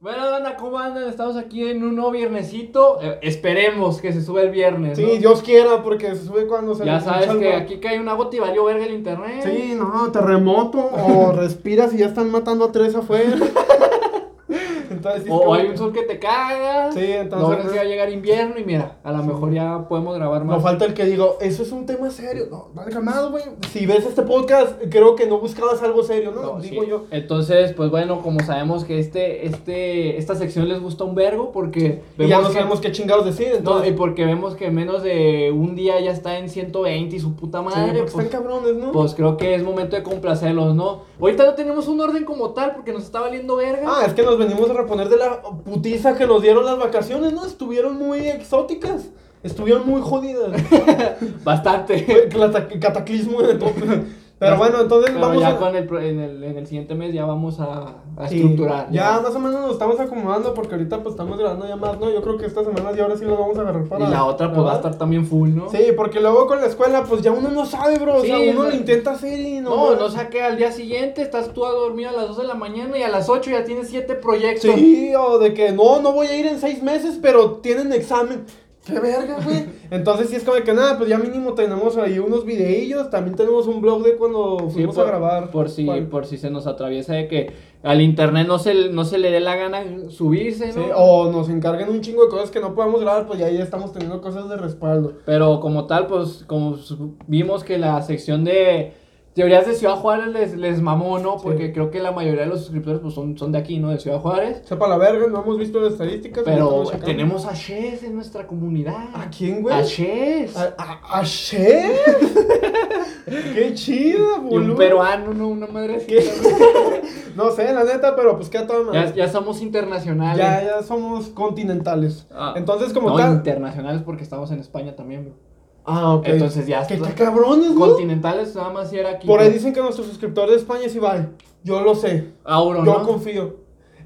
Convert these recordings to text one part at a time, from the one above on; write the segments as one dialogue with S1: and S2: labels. S1: Bueno, banda, ¿cómo andan? Estamos aquí en un nuevo viernesito. Eh, esperemos que se sube el viernes.
S2: Sí,
S1: ¿no?
S2: Dios quiera, porque se sube cuando se
S1: Ya
S2: le
S1: sabes
S2: hincha
S1: que
S2: el-
S1: aquí cae una gota y valió verga el internet.
S2: Sí, no, terremoto, o respiras y ya están matando a tres afuera. Entonces, sí,
S1: O,
S2: es como
S1: o hay un
S2: que-
S1: sol que te caga.
S2: Sí, entonces-
S1: No ves si va a llegar invierno y mira, a lo mejor ya podemos grabar más.
S2: No falta el que diga, eso es un tema serio. No, dale calmado, güey. Si ves este podcast, creo que no buscabas algo serio, ¿no?
S1: No,
S2: Digo
S1: sí.
S2: yo.
S1: Entonces, pues bueno, como sabemos que este, este, esta sección les gusta un vergo porque
S2: Y ya
S1: vemos
S2: no
S1: que-
S2: sabemos qué chingados decir,
S1: No, y
S2: entonces.
S1: porque vemos que menos de un día ya está en 120 y su puta
S2: Sí,
S1: madre.
S2: porque
S1: pues,
S2: están cabrones, ¿no?
S1: pues creo que es momento de complacerlos, ¿no? Ahorita no tenemos un orden como tal porque nos está valiendo verga.
S2: Ah, es que nos venimos a reponer de la putiza que nos dieron las vacaciones, ¿no? Estuvieron muy exóticas. Estuvieron muy jodidas.
S1: Bastante.
S2: Fue cata- cataclismo de todo. Pero bueno, entonces
S1: Pero
S2: vamos
S1: ya
S2: a...
S1: con el, pro- en, el, en el siguiente mes ya vamos a, a
S2: Sí,
S1: estructurar.
S2: Ya más o menos nos estamos acomodando porque ahorita pues estamos grabando ya más, ¿no? Yo creo que esta semana ya ahora sí lo vamos a agarrar para...
S1: Y la otra pues va a
S2: grabar.
S1: estar también full, ¿no?
S2: Sí, porque luego con la escuela pues ya uno no sabe, bro.
S1: Sí,
S2: o sea, uno
S1: no-
S2: lo intenta hacer y no...
S1: No, no saque al día siguiente, estás tú a dormir a las 2 de la mañana y a las 8 ya tienes 7 proyectos.
S2: Sí, o de que no, no voy a ir en seis meses, pero tienen examen. ¡Qué verga, güey! Entonces sí es como que nada, pues ya mínimo tenemos ahí unos videillos, también tenemos un blog de cuando
S1: Sí, pues,
S2: fuimos
S1: por-
S2: a grabar.
S1: Por si,
S2: ¿Cuál?
S1: por si se nos atraviesa de que al internet no se, no se le dé la gana subirse, ¿no?
S2: Sí, o nos encarguen un chingo de cosas que no podamos grabar, pues ya ahí estamos teniendo cosas de respaldo.
S1: Pero como tal, pues como su- vimos que la sección de teorías de Ciudad Juárez les, les mamó, ¿no? Porque
S2: Sí.
S1: creo que la mayoría de los suscriptores pues, son, son de aquí, ¿no? De Ciudad Juárez.
S2: Sepa la verga, no hemos visto las estadísticas. ahorita
S1: Pero
S2: lo checamos.
S1: tenemos a Shes en nuestra comunidad.
S2: ¿A quién, güey? Ah,
S1: A Shes.
S2: ¿A, a, a Cher? ¡Qué chida,
S1: Y un
S2: boludo!
S1: peruano, ¿no? Una madre así.
S2: ¿Qué? no sé, la neta, pero pues qué a toda madre.
S1: Ya, ya somos internacionales.
S2: Ya, ya somos continentales.
S1: Ah.
S2: Entonces, como
S1: no,
S2: tal.
S1: internacionales porque estamos en España también, bro.
S2: Ah, ok.
S1: Entonces ya
S2: Que
S1: está-
S2: qué cabrones, ¿no?
S1: Continentales nada más si era aquí.
S2: Por ahí
S1: ¿no?
S2: dicen que nuestro suscriptor de España es Ibai. Yo lo sé.
S1: Auro,
S2: Yo
S1: ¿no?
S2: confío.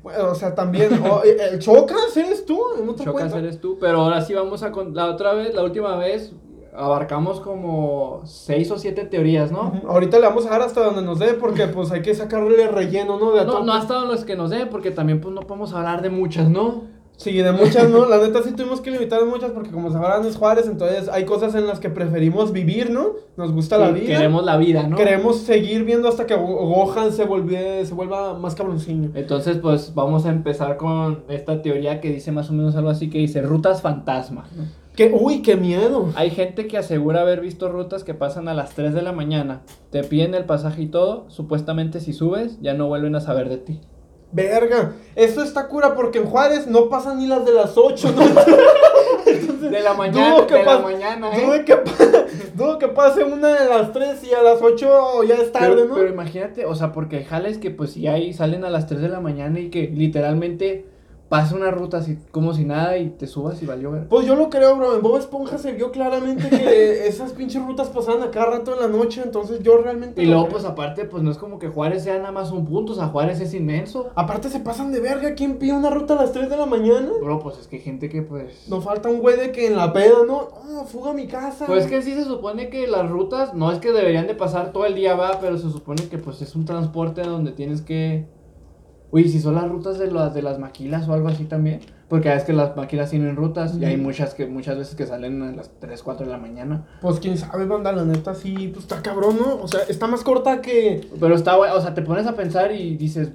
S2: Bueno, o sea, también. o- eh, eh, Chocas eres tú. No te
S1: Chocas
S2: cuenta.
S1: eres tú, pero ahora sí vamos a con... la otra vez, la última vez abarcamos como seis o siete teorías, ¿no?
S2: Ujú. Ahorita le vamos a dar hasta donde nos dé, porque pues hay que sacarle relleno, ¿no? De a
S1: No,
S2: todo.
S1: no ha estado los que nos dé, porque también pues no podemos hablar de muchas, ¿no?
S2: Sí, de muchas, ¿no? La neta sí tuvimos que limitar muchas, porque como sabrán es Juárez, entonces hay cosas en las que preferimos vivir, ¿no? Nos gusta la
S1: Sí,
S2: vida.
S1: Queremos la vida, ¿no?
S2: Queremos seguir viendo hasta que Go- Gohan se, volvie- se vuelva más cabroncillo.
S1: Entonces, pues vamos a empezar con esta teoría que dice más o menos algo así que dice rutas fantasma. ¿no?
S2: Que, uy, qué miedo.
S1: Hay gente que asegura haber visto rutas que pasan a las 3 de la mañana, te piden el pasaje y todo, supuestamente si subes ya no vuelven a saber de ti.
S2: Verga. Esto está cura porque en Juárez no pasan ni las de las 8, ¿no?
S1: De la mañana,
S2: Dudo que,
S1: de la
S2: pas-
S1: mañana, ¿eh?
S2: dudo que pa- dudo que pase una de las 3 y a las 8 ya es tarde,
S1: pero,
S2: ¿no?
S1: pero imagínate, o sea, porque hay jales que pues si ahí salen a las 3 de la mañana y que literalmente pasa una ruta así como si nada y te subas y valió ver.
S2: Pues yo lo creo, bro. En Bob Esponja se vio claramente que esas pinches rutas pasaban a cada rato en la noche. Entonces yo realmente.
S1: Y
S2: lo
S1: luego
S2: creo.
S1: pues aparte pues no es como que Juárez sea nada más un punto, o sea, Juárez es inmenso.
S2: Aparte se pasan de verga. ¿Quién pide una ruta a las 3 de la mañana?
S1: Bro, pues es que hay gente que pues...
S2: Nos falta un güey de que en la peda, ¿no? Oh, fuga a mi casa.
S1: Pues es que sí se supone que las rutas no es que deberían de pasar todo el día, va, pero se supone que pues es un transporte donde tienes que... Uy, si son las rutas de las de las maquilas o algo así también, porque es que las maquilas tienen rutas y hay
S2: Ujú.
S1: muchas que muchas veces que salen a las 3, 4 de la mañana.
S2: Pues quién sabe, banda, la neta sí, pues está cabrón, ¿no? O sea, está más corta que.
S1: Pero está, guay, o sea, te pones a pensar y dices,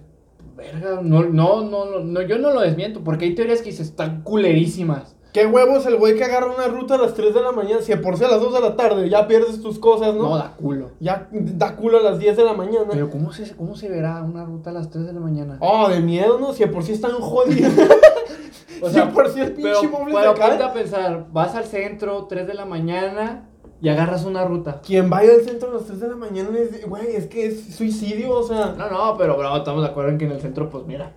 S1: verga, no, no, no, no, no, yo no lo desmiento, porque hay teorías que dices, están culerísimas.
S2: ¿Qué huevos el güey que agarra una ruta a las 3 de la mañana? Si de por sí a las 2 de la tarde ya pierdes tus cosas, ¿no?
S1: No, da culo.
S2: Ya da culo a las 10 de la mañana.
S1: Pero ¿cómo se, ¿cómo se verá una ruta a las 3 de la mañana?
S2: Oh, de miedo, ¿no? Si de por sí están jodidos.
S1: O sea,
S2: si de por sí el
S1: Pero,
S2: pinche mueble
S1: pero
S2: se cae.
S1: ponte a pensar, vas al centro, 3 de la mañana, y agarras una ruta.
S2: Quien vaya al centro a las 3 de la mañana es, güey, es que es suicidio, o sea.
S1: No, no, pero bro, estamos de acuerdo en que en el centro, pues mira.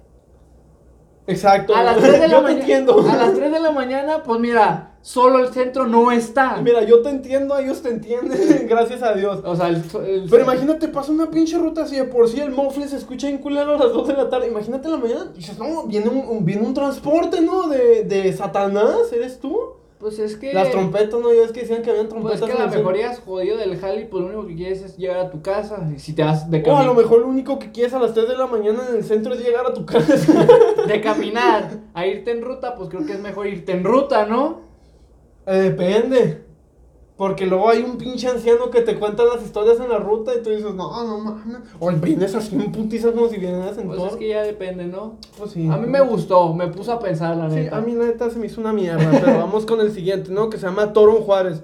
S2: Exacto.
S1: A las 3 de la
S2: yo te
S1: mañana.
S2: entiendo.
S1: A las 3 de la mañana, pues mira, solo el centro no está.
S2: Mira, yo te entiendo, ellos te entienden, gracias a Dios.
S1: O sea, el, el-
S2: Pero imagínate, pasa una pinche ruta así de por sí el mofle se escucha en culero a las 2 de la tarde. Imagínate en la mañana. Dices, no, viene un, un- viene un transporte, ¿no? De, de Satanás, ¿eres tú?
S1: Pues es que.
S2: Las trompetas, ¿no? Yo es que decían que habían
S1: Pues
S2: trompetas.
S1: es que a
S2: en
S1: lo
S2: el
S1: mejor ya
S2: centro.
S1: has jodido del jale y pues lo único que quieres es llegar a tu casa. Y si te vas de
S2: O a lo
S1: caminar.
S2: mejor lo único que quieres a las 3 de la mañana en el centro es llegar a tu casa.
S1: De caminar a irte en ruta, pues creo que es mejor irte en ruta, ¿no?
S2: Eh, depende. Porque luego hay un pinche anciano que te cuenta las historias en la ruta y tú dices, no, no mames. O vienes así en putizas como si vienes en
S1: Pues
S2: todo.
S1: es que ya depende, ¿no?
S2: Pues sí.
S1: A mí me gustó, me puso a pensar, la
S2: Sí,
S1: neta.
S2: a mí la neta se me hizo una mierda, pero vamos con el siguiente, ¿no? Que se llama Toro en Juárez.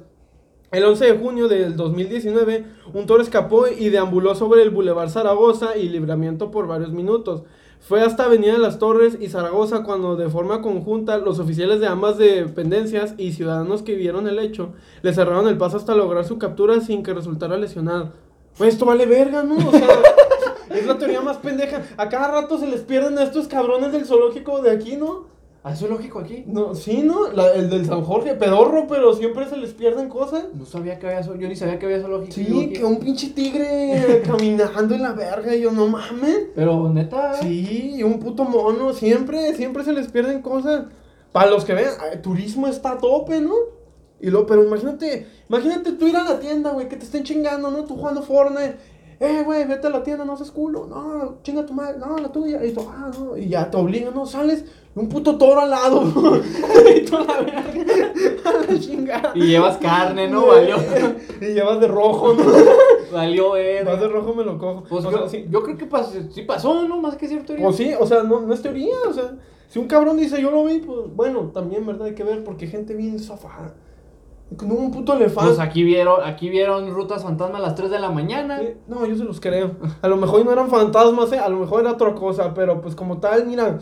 S2: El 11 de junio del 2019, un toro escapó y deambuló sobre el Boulevard Zaragoza y Libramiento por varios minutos. Fue hasta Avenida de las Torres y Zaragoza cuando de forma conjunta los oficiales de ambas dependencias y ciudadanos que vieron el hecho le cerraron el paso hasta lograr su captura sin que resultara lesionado. Pues esto vale verga, ¿no? O sea, es la teoría más pendeja. A cada rato se les pierden a estos cabrones del zoológico de aquí, ¿no?
S1: ¿Ah, eso es lógico aquí?
S2: No, sí, ¿no? La- el del San Jorge, pedorro, pero siempre se les pierden cosas.
S1: No sabía que había, zo- yo ni sabía que había zoológico.
S2: Sí,
S1: aquí.
S2: que un pinche tigre caminando en la verga, y yo no mames.
S1: Pero neta.
S2: Sí, y un puto mono, siempre, siempre se les pierden cosas. Para los que vean, ah, turismo está a tope, ¿no? Y luego, pero imagínate, imagínate tú ir a la tienda, güey, que te estén chingando, ¿no? Tú jugando Fortnite. Eh, güey, vete a la tienda, no seas culo. No, chinga tu madre, no, la tuya. Y tú, ah, no. Y ya te obligan, no, sales. Y un puto toro al lado. y tú a la verga. A la chingada.
S1: Y llevas carne, ¿no? Valió.
S2: Y llevas de rojo, ¿no?
S1: Valió ver.
S2: Vas de rojo, me lo cojo.
S1: Pues
S2: O
S1: yo,
S2: sea, sí.
S1: yo creo que pas- sí pasó, ¿no? Más que cierto.
S2: O Pues sí, o sea, no, no es teoría, o sea, si un cabrón dice yo lo vi, pues bueno, también, ¿verdad? Hay que ver, porque gente bien zafada. Como un puto
S1: Pues
S2: elefante.
S1: aquí vieron, aquí vieron Rutas Fantasma a las 3 de la mañana.
S2: Eh, No, yo se los creo. A lo mejor no eran fantasmas, eh, a lo mejor era otra cosa, pero pues como tal, mira,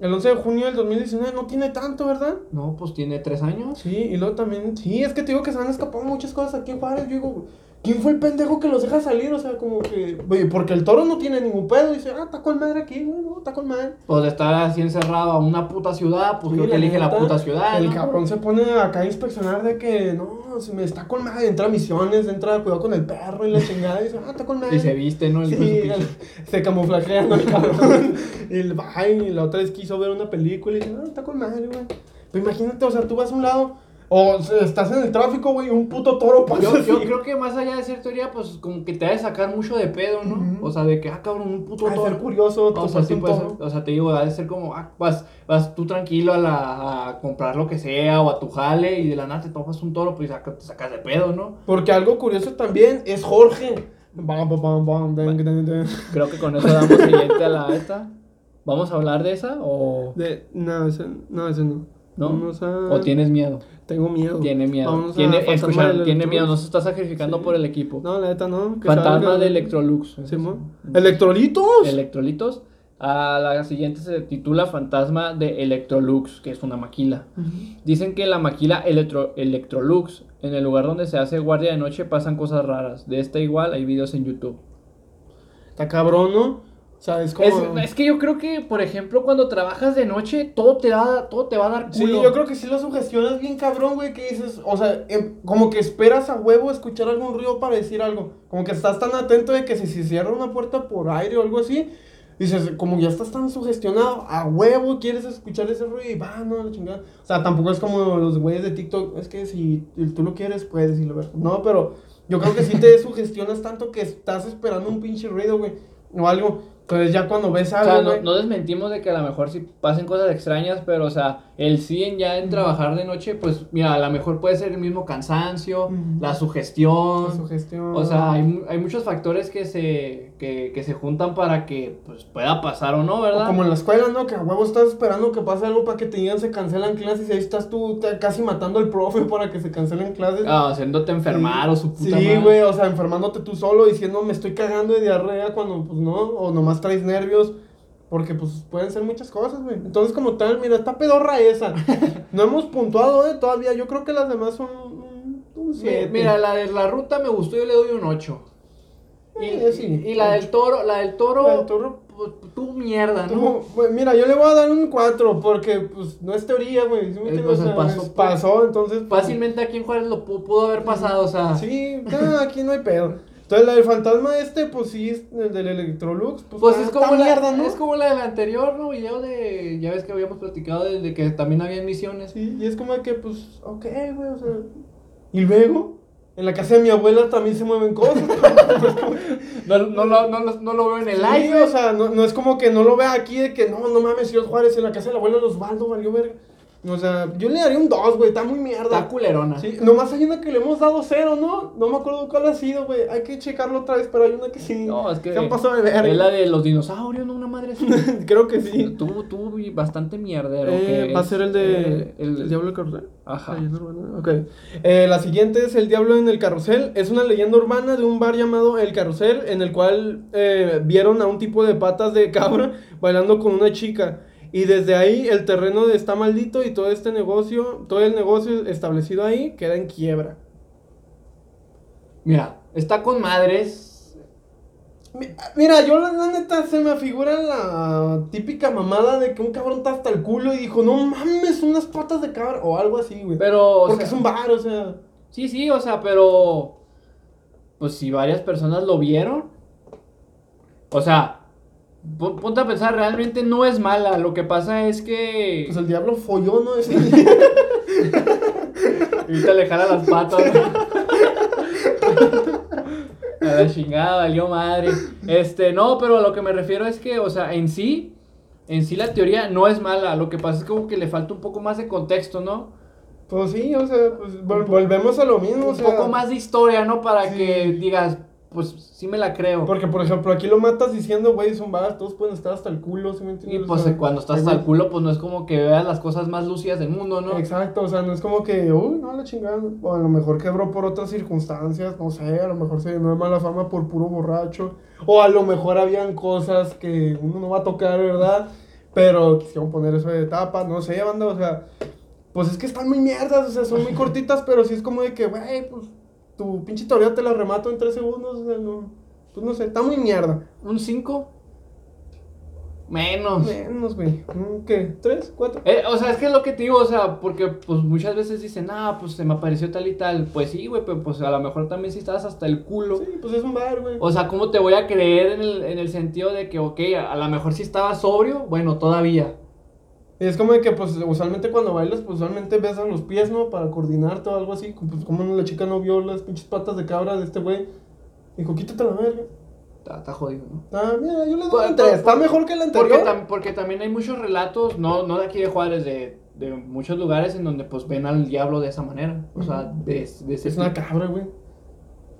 S2: el 11 de junio del 2019 no tiene tanto, ¿verdad?
S1: No, pues tiene 3 años.
S2: Sí, y luego también, sí, es que te digo que se han escapado muchas cosas aquí en Juárez. Yo digo, ¿quién fue el pendejo que los deja salir? O sea, como que, oye, porque el toro no tiene ningún pedo. Dice, ah, está con madre aquí, güey, no, está con madre.
S1: Pues de estar así encerrado a una puta ciudad, pues
S2: Sí,
S1: creo que
S2: la
S1: elige la
S2: neta,
S1: puta ciudad.
S2: El
S1: ¿no?
S2: cabrón se pone acá a inspeccionar de que no, se me está con madre, entra a misiones, entra cuidado con el perro y la chingada, y dice, ah, está con madre.
S1: Y se viste, ¿no? El
S2: Sí,
S1: hijo de su pinche-
S2: el- se camuflajea, ¿no? El cabrón. y el- va, y la otra vez quiso ver una película y dice, ah, está con madre, güey. Pero imagínate, o sea, tú vas a un lado, o se- estás en el tráfico, güey, y un puto toro pasa
S1: Yo, yo
S2: así.
S1: creo que más allá de ser teoría, pues como que te ha de sacar mucho de pedo, ¿no?
S2: Ujú.
S1: O sea, de que, ah, cabrón, un puto
S2: Ha de ser
S1: toro.
S2: curioso,
S1: O sea, sí
S2: toparte un
S1: puede ser.
S2: toro.
S1: o sea, te digo, ha de ser como, ah, vas, vas tú tranquilo a, la, a comprar lo que sea o a tu jale y de la nada te topas un toro, pues saca- te sacas de pedo, ¿no?
S2: Porque algo curioso también es Jorge. Bam, bam, bam, bam, dang, dang, dang.
S1: Creo que con eso damos siguiente a la esta. ¿Vamos a hablar de esa o
S2: De, no, ese no. Ese no.
S1: no?
S2: Vamos a-
S1: ¿O tienes miedo?
S2: Tengo miedo.
S1: Tiene miedo.
S2: Mm. Vamos a
S1: Tiene,
S2: Fantasma
S1: escucha,
S2: del
S1: tiene
S2: Electrolux.
S1: miedo, no se está sacrificando
S2: Sí.
S1: por el equipo.
S2: No, la neta no. que
S1: Fantasma
S2: salga.
S1: de Electrolux.
S2: Simón. ¿Electrolitos?
S1: Electrolitos. A la siguiente se titula Fantasma de Electrolux, que es una maquila. Dicen que en la maquila Electro- Electrolux, en el lugar donde se hace guardia de noche, pasan cosas raras. De esta igual hay videos en YouTube.
S2: Está cabrón, ¿no? O sea, es como.
S1: Es, es que yo creo que, por ejemplo, cuando trabajas de noche, todo te, da, todo te va a dar
S2: Sí,
S1: culo.
S2: yo creo que sí lo sugestionas bien cabrón, güey, que dices, o sea, em, como que esperas a huevo escuchar algún ruido para decir algo, como que estás tan atento de que si se cierra una puerta por aire o algo así, dices, como ya estás tan sugestionado, a huevo quieres escuchar ese ruido y va, no, la chingada. O sea, tampoco es como los güeyes de TikTok, es que si tú lo quieres, puedes decirlo, ver. No, pero yo creo que sí te sugestionas tanto que estás esperando un pinche ruido, güey, o algo. Entonces ya cuando ves
S1: O
S2: algo,
S1: sea, no,
S2: güey,
S1: no desmentimos de que a lo mejor sí pasen cosas extrañas, pero, o sea, el sí en ya en trabajar de noche, pues, mira, a lo mejor puede ser el mismo cansancio,
S2: Ujú.
S1: la sugestión.
S2: te sugestiona.
S1: O sea, hay, mu- hay muchos factores que se, que, que se juntan para que pues, pueda pasar o no,
S2: O
S1: ¿verdad?
S2: como en la escuela, ¿no? Que a huevo estás esperando que pase algo para que te digan se cancelan clases y ahí estás tú te- casi matando al profe para que se cancelen clases.
S1: Ah, haciéndote enfermar o su puta
S2: Sí,
S1: madre.
S2: güey, o sea, enfermándote tú solo diciendo me estoy cagando de diarrea cuando pues no, o nomás traes nervios. Porque pues pueden ser muchas cosas, güey. Entonces como tal, mira, está pedorra esa. No hemos puntuado, eh, todavía. Yo creo que las demás son un- un
S1: Mi-
S2: 7.
S1: Mira, la de la ruta me gustó, yo le doy un 8. Y,
S2: Eh, sí.
S1: y la del toro, la del toro,
S2: La del toro.
S1: pues, tú mierda, ¿no?
S2: Tú, güey, mira, yo le voy a dar un 4 porque pues no es teoría, güey. ¿sí me
S1: Eh,
S2: entiendes?
S1: o sea,
S2: O sea,
S1: pasó, pues.
S2: es- pasó, entonces... pues,
S1: Fácilmente aquí en Juárez lo pu- pudo haber pasado, o sea.
S2: Sí, no, aquí no hay pedo. Entonces, la del fantasma este, pues sí, es el del Electrolux. Pues,
S1: Pues
S2: está-
S1: es como,
S2: está
S1: la,
S2: mierda, ¿no?
S1: es como la del anterior, ¿no? Video de. Ya ves que habíamos platicado de, de que también había misiones.
S2: Sí, y es como de que, pues, ok, güey, o sea. Y luego, en la casa de mi abuela también se mueven cosas.
S1: No, no, lo- no, lo- no lo veo en el aire.
S2: o sea, no, no es como que no lo vea aquí de que no, no mames, señor Juárez, en la casa de la abuela de Osvaldo valió verga. O sea, yo le daría un 2, güey, está muy
S1: Está
S2: mierda.
S1: culerona.
S2: Sí, nomás hay una que le hemos dado cero, ¿no? No me acuerdo cuál ha sido, güey. Hay que checarlo otra vez, pero hay una que sí.
S1: No, es que-
S2: Se han pasado de verga.
S1: Es la de los dinosaurios, ¿no? Una madre así.
S2: Creo que sí.
S1: Tuvo, tuvo bastante mierdero.
S2: Eh,
S1: que
S2: va a
S1: es,
S2: ser el de.
S1: eh,
S2: el, Diablo del Carrusel.
S1: Ajá.
S2: Leyenda urbana, ok. Eh, la siguiente es El Diablo en el Carrusel. Es una leyenda urbana de un bar llamado El Carrusel, en el cual eh, vieron a un tipo de patas de cabra bailando con una chica. Y desde ahí el terreno de- está maldito y todo este negocio, todo el negocio establecido ahí queda en quiebra.
S1: Mira, está con madres.
S2: Mi- Mira, yo la, la neta se me figura la típica mamada de que un cabrón está hasta el culo y dijo, no mames, unas patas de cabra o algo así, güey.
S1: Pero. o
S2: Porque
S1: sea,
S2: es un bar, o sea.
S1: Sí, sí, o sea, pero. Pues si varias personas lo vieron. O sea, pu- ponte a pensar, realmente no es mala. Lo que pasa es que.
S2: Pues el diablo folló, ¿no? Ese-
S1: Ahorita le jala las patas. A la chingada, valió madre. Este, no, pero a lo que me refiero es que, o sea, en sí, en sí la teoría no es mala. Lo que pasa es como que le falta un poco más de contexto, ¿no?
S2: Pues sí, o sea, pues vol- volvemos a lo mismo. o
S1: Un
S2: sea,
S1: poco más de historia, ¿no? Para
S2: Sí.
S1: que digas, pues sí me la creo.
S2: Porque, por ejemplo, aquí lo matas diciendo, güey, son bar, todos pueden estar hasta el culo, ¿sí me
S1: Y
S2: entiendes?
S1: pues
S2: O sea,
S1: cuando estás
S2: güey,
S1: al culo, pues no es como que veas las cosas más lúcidas del mundo, ¿no?
S2: Exacto, o sea, no es como que, uy, no, la chingada. O a lo mejor quebró por otras circunstancias, no sé, a lo mejor se llenó de mala fama por puro borracho. O a lo mejor habían cosas que uno no va a tocar, ¿verdad? Pero quisieron poner eso de tapa, no sé, banda, o sea, pues es que están muy mierdas, o sea, son muy cortitas, pero sí es como de que, güey, pues tu pinche teoría te la remato en tres segundos, o sea, no, pues no sé, está muy mierda.
S1: ¿Un 5? Menos.
S2: Menos, güey, un, ¿qué? ¿Tres? ¿Cuatro?
S1: Eh, o sea, es que es lo que te digo, o sea, porque pues muchas veces dicen, ah, pues se me apareció tal y tal. Pues sí, güey, pero pues a lo mejor también si estabas hasta el culo.
S2: Sí, pues es un bar, güey.
S1: O sea, ¿cómo te voy a creer en el, en el sentido de que, ok, a, a lo mejor si estabas sobrio, bueno, todavía.
S2: Y es como de que, pues, usualmente cuando bailas, pues, usualmente besas los pies, ¿no? Para coordinarte o algo así. Pues, como la chica no vio las pinches patas de cabra de este güey. Dijo, quítate la verga.
S1: Está, está jodido, ¿no?
S2: Ah, mira, yo le doy
S1: Por-
S2: un tres.
S1: por-
S2: Está mejor que la
S1: Porque,
S2: anterior.
S1: tam- porque también hay muchos relatos, no, no de aquí de Juárez, de, de muchos lugares en donde pues ven al diablo de esa manera. O sea, de, de ese
S2: Es una
S1: tipo.
S2: cabra, güey.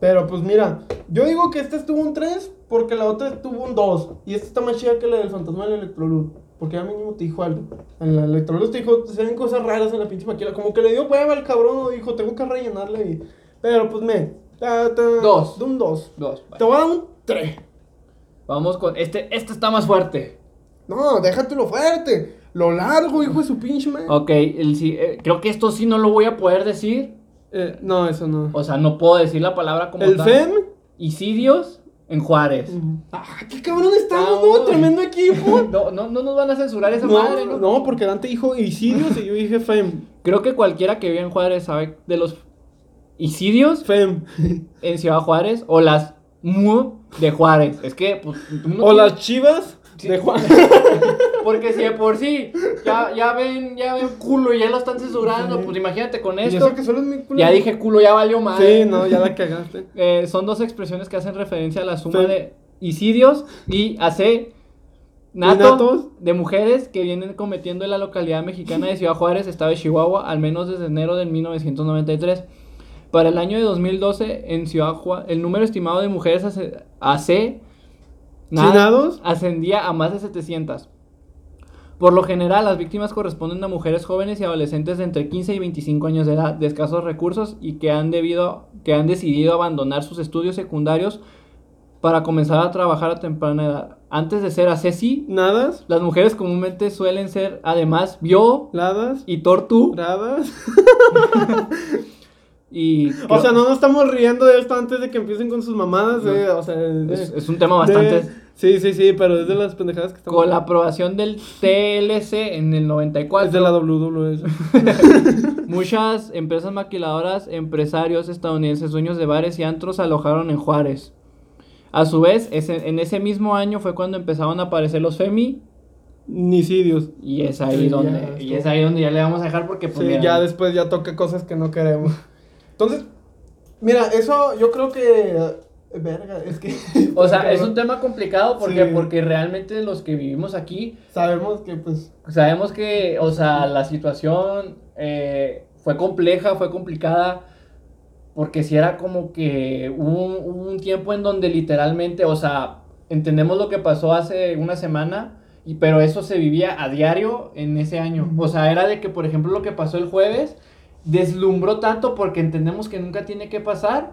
S2: Pero, pues, mira. Yo digo que esta estuvo un 3 porque la otra estuvo un 2. Y esta está más chida que la del fantasma del Electroluz. Porque ya mínimo te dijo algo. En la Electroluz te dijo, se ven cosas raras en la pinche maquila. Como que le dio hueva al cabrón. o Dijo, tengo que rellenarle. Y... Pero, pues, me... ta, ta,
S1: Dos.
S2: De un 2.
S1: Dos.
S2: Te
S1: vale.
S2: voy a dar un 3.
S1: Vamos con. Este, este está más fuerte.
S2: No, déjatelo fuerte. Lo largo, hijo de su pinche madre.
S1: Ok, el, si- eh, creo que esto sí no lo voy a poder decir.
S2: Eh, no, eso no.
S1: O sea, no puedo decir la palabra como
S2: El
S1: tal.
S2: FEM.
S1: Isidios en Juárez.
S2: Ah, qué cabrón estamos,
S1: Ah,
S2: ¿no?
S1: bueno.
S2: Tremendo equipo.
S1: No, no, no nos van a censurar esa
S2: No,
S1: madre, ¿no?
S2: no, porque Dante dijo Isidios y yo dije FEM.
S1: Creo que cualquiera que vive en Juárez sabe de los isidios
S2: FEM.
S1: en Ciudad Juárez o las mu de Juárez. Es que, pues, tú no
S2: O
S1: tienes-
S2: las chivas
S1: Sí.
S2: de Juan.
S1: Porque si de por sí ya, ya ven, ya ven culo y ya lo están censurando,
S2: Sí.
S1: pues imagínate con
S2: Y eso
S1: esto.
S2: que solo es mi culo.
S1: Ya dije culo, ya valió madre.
S2: Sí, no, ya la cagaste.
S1: Eh, son dos expresiones que hacen referencia a la suma
S2: Fe-
S1: de isidios y AC
S2: Natos.
S1: nato de mujeres que vienen cometiendo en la localidad mexicana de Ciudad Juárez, estado de Chihuahua, al menos desde enero de 1993. Para el año de 2012 en Ciudad Juárez, el número estimado de mujeres ace- AC na-
S2: ¿Sinados?
S1: ascendía a más de 700. Por lo general, las víctimas corresponden a mujeres jóvenes y adolescentes de entre 15 y 25 años de edad, de escasos recursos y que han, debido, que han decidido abandonar sus estudios secundarios para comenzar a trabajar a temprana edad. Antes de ser asesi,
S2: Nadas,
S1: las mujeres comúnmente suelen ser además bio
S2: ladas,
S1: y tortu
S2: gradas.
S1: y
S2: O
S1: creo-
S2: sea, no nos estamos riendo de esto antes de que empiecen con sus mamadas. eh, o sea, de-
S1: es, es un tema bastante
S2: de- Sí, sí, sí, pero es de las pendejadas que estamos.
S1: con la aprobación del TLC en el
S2: Es de
S1: 94.
S2: la E. WWE.
S1: Muchas empresas maquiladoras, empresarios estadounidenses, dueños de bares y antros alojaron en Juárez. A su vez, ese- en ese mismo año fue cuando empezaron a aparecer los Femi.
S2: Nisidios.
S1: Y es ahí
S2: Y ya
S1: donde. y
S2: estuvo.
S1: es ahí donde ya le vamos a dejar porque pues,
S2: Sí,
S1: mira,
S2: ya después ya toca cosas que no queremos. Entonces, mira, eso yo creo que. Verga, es que.
S1: O sea, es un tema complicado porque,
S2: Sí.
S1: porque realmente los que vivimos aquí
S2: Sabemos que, pues.
S1: sabemos que, o sea, la situación eh, fue compleja, fue complicada, porque si era como que hubo un, hubo un tiempo en donde literalmente, o sea, entendemos lo que pasó hace una semana, y, pero eso se vivía a diario en ese año. O sea, era de que, por ejemplo, lo que pasó el jueves deslumbró tanto porque entendemos que nunca tiene que pasar,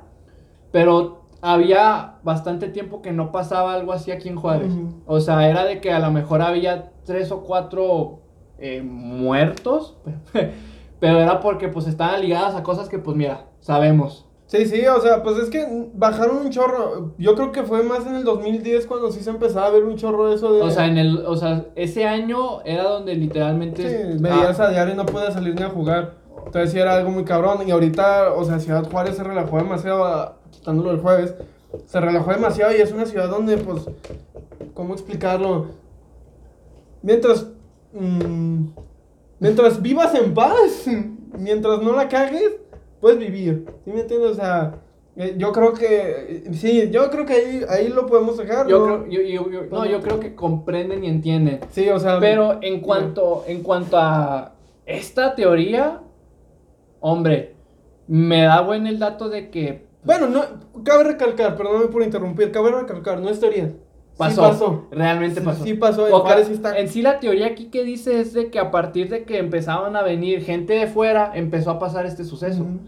S1: pero había bastante tiempo que no pasaba algo así aquí en Juárez.
S2: Ujú.
S1: O sea, era de que a lo mejor había tres o cuatro eh, muertos, pero era porque pues estaban ligadas a cosas que pues mira, sabemos.
S2: Sí, sí, o sea, pues es que bajaron un chorro. Yo creo que fue más en el 2010 cuando sí se empezaba a ver un chorro eso de.
S1: O sea, en el, o sea, ese año era donde literalmente
S2: Sí, medidas
S1: Ah,
S2: a diario y no podía salir ni a jugar. Entonces sí era algo muy cabrón. Y ahorita, o sea, Ciudad Juárez se relajó demasiado, ah, quitándolo el jueves, se relajó demasiado y es una ciudad donde, pues, ¿cómo explicarlo? Mientras... mm, mientras vivas en paz, mientras no la cagues, puedes vivir. ¿Sí me entiendes? O sea, eh, yo creo que... eh, Sí, yo creo que ahí, ahí lo podemos dejar.
S1: yo
S2: ¿no?
S1: creo, yo, yo- yo- no, yo creo que comprenden y entienden.
S2: Sí, o sea...
S1: Pero en cuanto, en cuanto a esta teoría, hombre, me da buen el dato de que
S2: Bueno, no, cabe recalcar, perdóname por interrumpir, cabe recalcar, no es teoría.
S1: pasó,
S2: Sí pasó.
S1: realmente
S2: Sí-
S1: pasó.
S2: sí pasó, en
S1: O ca-
S2: Juárez sí está-
S1: En sí la teoría aquí que dice es de que a partir de que empezaban a venir gente de fuera, empezó a pasar este suceso.
S2: Ujú.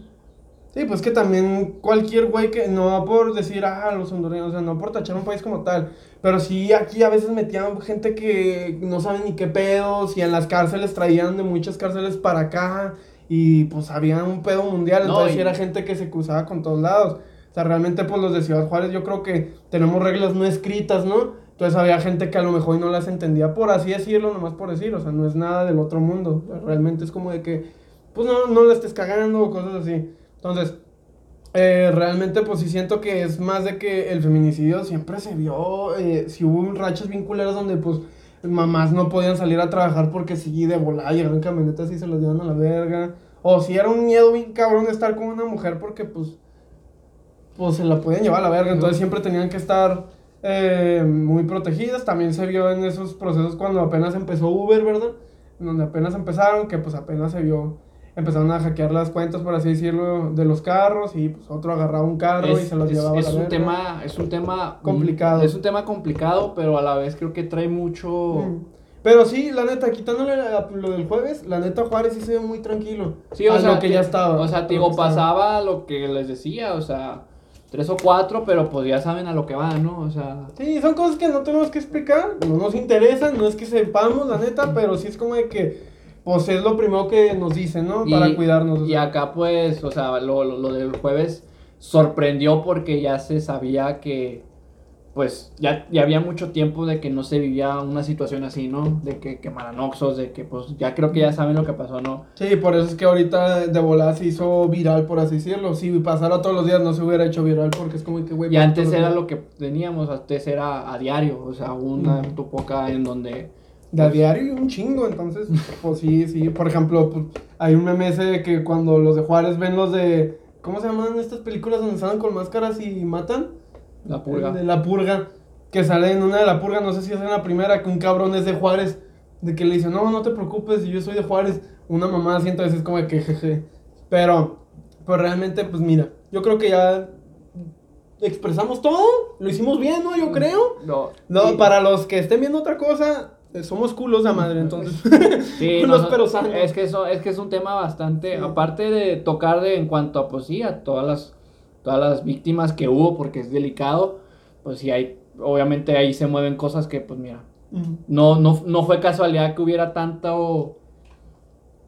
S2: Sí, pues que también cualquier güey que no por decir, ah, los hondureños, o sea, no por tachar un país como tal, pero sí aquí a veces metían gente que no saben ni qué pedos y en las cárceles traían de muchas cárceles para acá y pues había un pedo mundial,
S1: No,
S2: entonces
S1: y-
S2: sí era gente que se cruzaba con todos lados. O sea, realmente pues los de Ciudad Juárez yo creo que tenemos reglas no escritas, ¿no? Entonces había gente que a lo mejor y no las entendía por así decirlo, nomás por decir, o sea, no es nada del otro mundo, realmente es como de que pues no, no la estés cagando o cosas así. Entonces, eh, realmente pues sí siento que es más de que el feminicidio siempre se vio, eh, si hubo rachas vinculares donde pues mamás no podían salir a trabajar porque sí, de volada llegaron camionetas y se las dieron a la verga. O si era un miedo bien cabrón de estar con una mujer porque pues, pues se la podían llevar a la verga, entonces siempre tenían que estar... eh, muy protegidas, también se vio en esos procesos cuando apenas empezó Uber, ¿verdad? En donde apenas empezaron, que pues apenas se vio empezaron a hackear las cuentas, por así decirlo, de los carros y pues otro agarraba un carro y
S1: Es,
S2: se los
S1: es-
S2: llevaba a
S1: es
S2: la
S1: un
S2: verga.
S1: tema, es un tema
S2: Complicado.
S1: Es un tema complicado, pero a la vez creo que trae mucho.
S2: Mm. Pero sí, la neta, quitándole la- lo del jueves, la neta Juárez sí se ve muy tranquilo.
S1: Sí, o
S2: a
S1: sea,
S2: lo que ya estaba.
S1: O sea,
S2: a
S1: te
S2: lo
S1: digo,
S2: que estaba.
S1: pasaba lo que les decía, o sea, tres o cuatro, pero pues ya saben a lo que van, ¿no? O sea,
S2: Sí, son cosas que no tenemos que explicar, no nos interesan, no es que sepamos, la neta, pero sí es como de que, pues es lo primero que nos dicen, ¿no?
S1: Y-
S2: Para cuidarnos. o
S1: Y
S2: sea.
S1: acá pues, o sea, lo, lo- lo del jueves sorprendió porque ya se sabía que, pues, ya, ya había mucho tiempo de que no se vivía una situación así, ¿no? De que quemaran oxos, de que pues ya creo que ya saben lo que pasó, ¿no?
S2: Sí, por eso es que ahorita de volada se hizo viral, por así decirlo. Si pasara todos los días no se hubiera hecho viral porque es como que, güey... pues,
S1: Y antes
S2: todos
S1: era
S2: los-
S1: lo que teníamos, antes era a diario, o sea, una
S2: Ujú.
S1: tu poca en donde...
S2: De a diario y un chingo, entonces, pues sí, sí. Por ejemplo, pues, hay un meme ese de que cuando los de Juárez ven los de. ¿Cómo se llaman estas películas donde salen con máscaras y matan?
S1: La purga.
S2: De la purga. Que sale en una de la purga, no sé si es en la primera, que un cabrón es de Juárez. De que le dice, no, no te preocupes, yo soy de Juárez. Una mamá así, entonces es como de que jeje. Pero, pues realmente, pues mira, yo creo que ya expresamos todo. Lo hicimos bien, ¿no? Yo creo.
S1: No,
S2: No,
S1: y-
S2: para los que estén viendo otra cosa, eh, somos culos a madre, entonces.
S1: Sí,
S2: culos
S1: no,
S2: pero sanos.
S1: es que eso, es que es un tema bastante,
S2: Sí.
S1: aparte de tocar de en cuanto a pues sí, a todas las, todas las víctimas que hubo, porque es delicado, pues sí hay, obviamente ahí se mueven cosas que pues mira,
S2: Ujú.
S1: no, no, no fue casualidad que hubiera tanto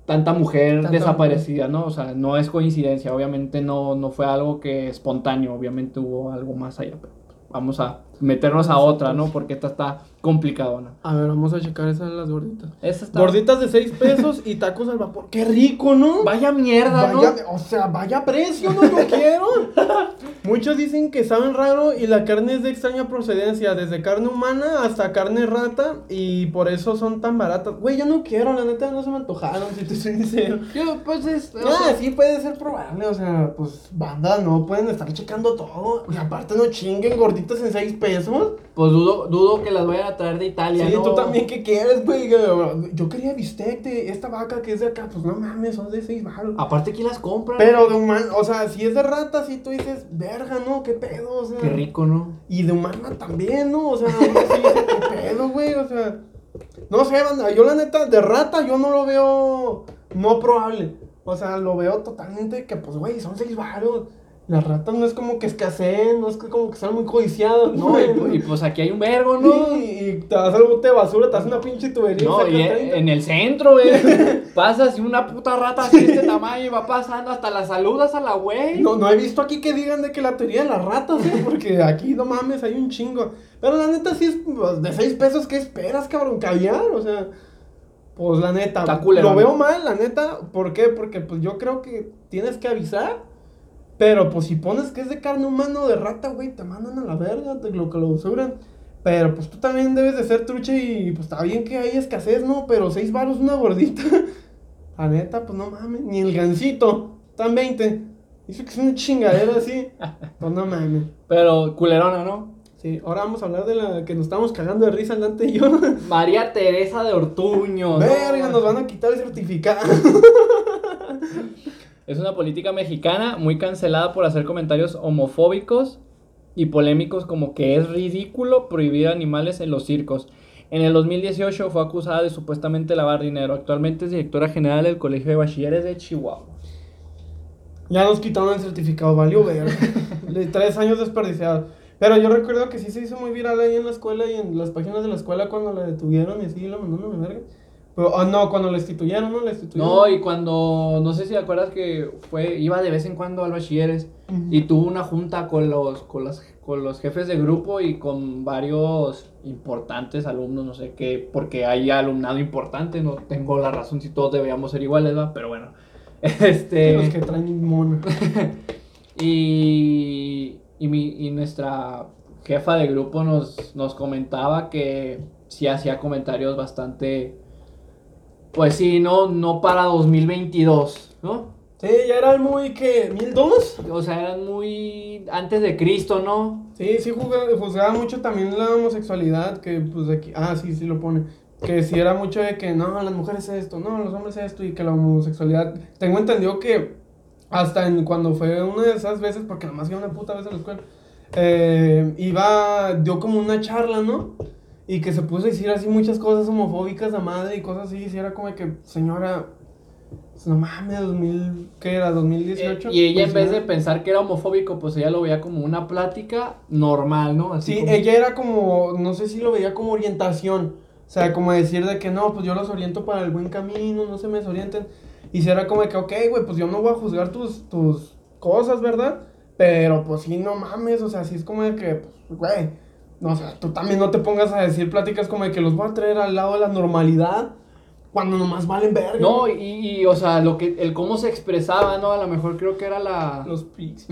S1: tanta mujer
S2: Tanta
S1: desaparecida, ¿no? O sea, no es coincidencia, obviamente no, no fue algo que espontáneo, obviamente hubo algo más allá, pero vamos a, meternos a otra, ¿no? Porque esta está complicadona.
S2: A ver, vamos a checar esas las gorditas.
S1: Esta está...
S2: Gorditas de 6 pesos y tacos al vapor. ¡Qué rico, no!
S1: Vaya mierda, ¿no?
S2: Vaya- o sea, vaya precio, no lo quiero. Muchos dicen que saben raro y la carne es de extraña procedencia, desde carne humana hasta carne rata y por eso son tan baratas. Güey, yo no quiero, la neta no se me antojaron, si te soy sincero.
S1: Yo, pues es... o
S2: Ah,
S1: sea,
S2: sí puede ser probable, o sea, pues banda, no pueden estar checando todo. Y aparte no chinguen gorditas en 6 pesos.
S1: Pues dudo, dudo que las vayan a traer de Italia,
S2: Sí,
S1: ¿no?
S2: tú también, ¿qué quieres, güey? Yo quería bistec de esta vaca que es de acá, pues no mames, son de 6 baros.
S1: Aparte aquí las compran.
S2: Pero de humano, o sea, si es de rata, si tú dices, verga, no, qué pedo, o sea.
S1: Qué rico, ¿no?
S2: Y de humana también, ¿no? O sea, uno sí dice, qué pedo, güey, o sea. No sé, banda, yo la neta, de rata yo no lo veo no probable. O sea, lo veo totalmente que, pues, güey, son seis varos. Las ratas no es como que escaseen, no es que como que sean muy codiciadas, ¿no?
S1: No, y, y, pues aquí hay un vergo, ¿no?
S2: Sí, y te das al bote de basura, te das una pinche tubería.
S1: No,
S2: sacas
S1: y en
S2: 30.
S1: en el centro, güey. Pasas y una puta rata así de este tamaño y va pasando hasta la saludas a la güey.
S2: No, no he visto aquí que digan de que la teoría de las ratas, ¿eh? Porque aquí, no mames, hay un chingo. Pero la neta, sí es pues, de 6 pesos, ¿qué esperas, cabrón? Caviar, o sea. Pues la neta,
S1: Está culero,
S2: lo
S1: ¿no?
S2: veo mal, la neta. ¿Por qué? Porque pues yo creo que tienes que avisar. Pero pues si pones que es de carne humana o de rata, güey, te mandan a la verga, te lo clausuran. Pero pues tú también debes de ser trucha y pues está bien que hay escasez, ¿no? Pero 6 varos una gordita. La neta, pues no mames, ni el gancito. Están 20. Dice que es una chingadera así. Pues no mames.
S1: Pero culerona, ¿no?
S2: Sí, ahora vamos a hablar de la que nos estábamos cagando de risa delante y yo.
S1: María Teresa de Ortuño. ¿no?
S2: Verga, nos van a quitar el certificado.
S1: Es una política mexicana muy cancelada por hacer comentarios homofóbicos y polémicos como que es ridículo prohibir animales en los circos. En el 2018 fue acusada de supuestamente lavar dinero. Actualmente es directora general del Colegio de Bachilleres de Chihuahua.
S2: Ya nos quitaron el certificado, valió ver. Le- Tres años desperdiciados. Pero yo recuerdo que sí se hizo muy viral ahí en la escuela y en las páginas de la escuela cuando la detuvieron y así la mandaron a la verga. Pero, ah, no, cuando la instituyeron, ¿no? La instituyeron.
S1: No, y cuando, no sé si te acuerdas que fue, iba de vez en cuando al bachilleres
S2: Ujú.
S1: y tuvo una junta con los, con los, con los jefes de grupo y con varios importantes alumnos, no sé qué, porque hay alumnado importante, no tengo la razón si todos deberíamos ser iguales, ¿va? pero bueno. Este.
S2: Los que traen mono.
S1: Y, y, mi, y nuestra jefa de grupo nos, nos comentaba que sí hacía comentarios bastante, pues sí, no, no para 2022, ¿no?
S2: Sí, ya era el muy que. ¿Mil dos?
S1: O sea, eran muy antes de Cristo, ¿no?
S2: Sí, sí juzga- juzgaba mucho también la homosexualidad, que pues aquí, ah, sí, sí lo pone, que sí era mucho de que no, las mujeres esto, no, los hombres esto, y que la homosexualidad, tengo entendido que hasta en, cuando fue una de esas veces, porque nomás iba una puta vez a la escuela, eh, iba, dio como una charla, ¿no? Y que se puso a decir así muchas cosas homofóbicas a madre y cosas así, y sí era como de que, señora, pues, no mames, 2000, ¿qué era? ¿2018?
S1: Eh, y ella en
S2: Pues,
S1: vez de
S2: no.
S1: pensar que era homofóbico, pues ella lo veía como una plática normal, ¿no? Así
S2: Sí,
S1: como-
S2: ella era como, no sé si lo veía como orientación, o sea, como decir de que no, pues yo los oriento para el buen camino, no se me desorienten. Y si era como de que, ok, güey, pues yo no voy a juzgar tus, tus cosas, ¿verdad? Pero pues sí, no mames, o sea, sí es como de que, pues, güey, no, o sea, tú también no te pongas a decir pláticas como de que los voy a traer al lado de la normalidad cuando nomás valen verga.
S1: No, y, y, o sea, lo que, el cómo se expresaba, ¿no? A lo mejor creo que era la...
S2: los pigs.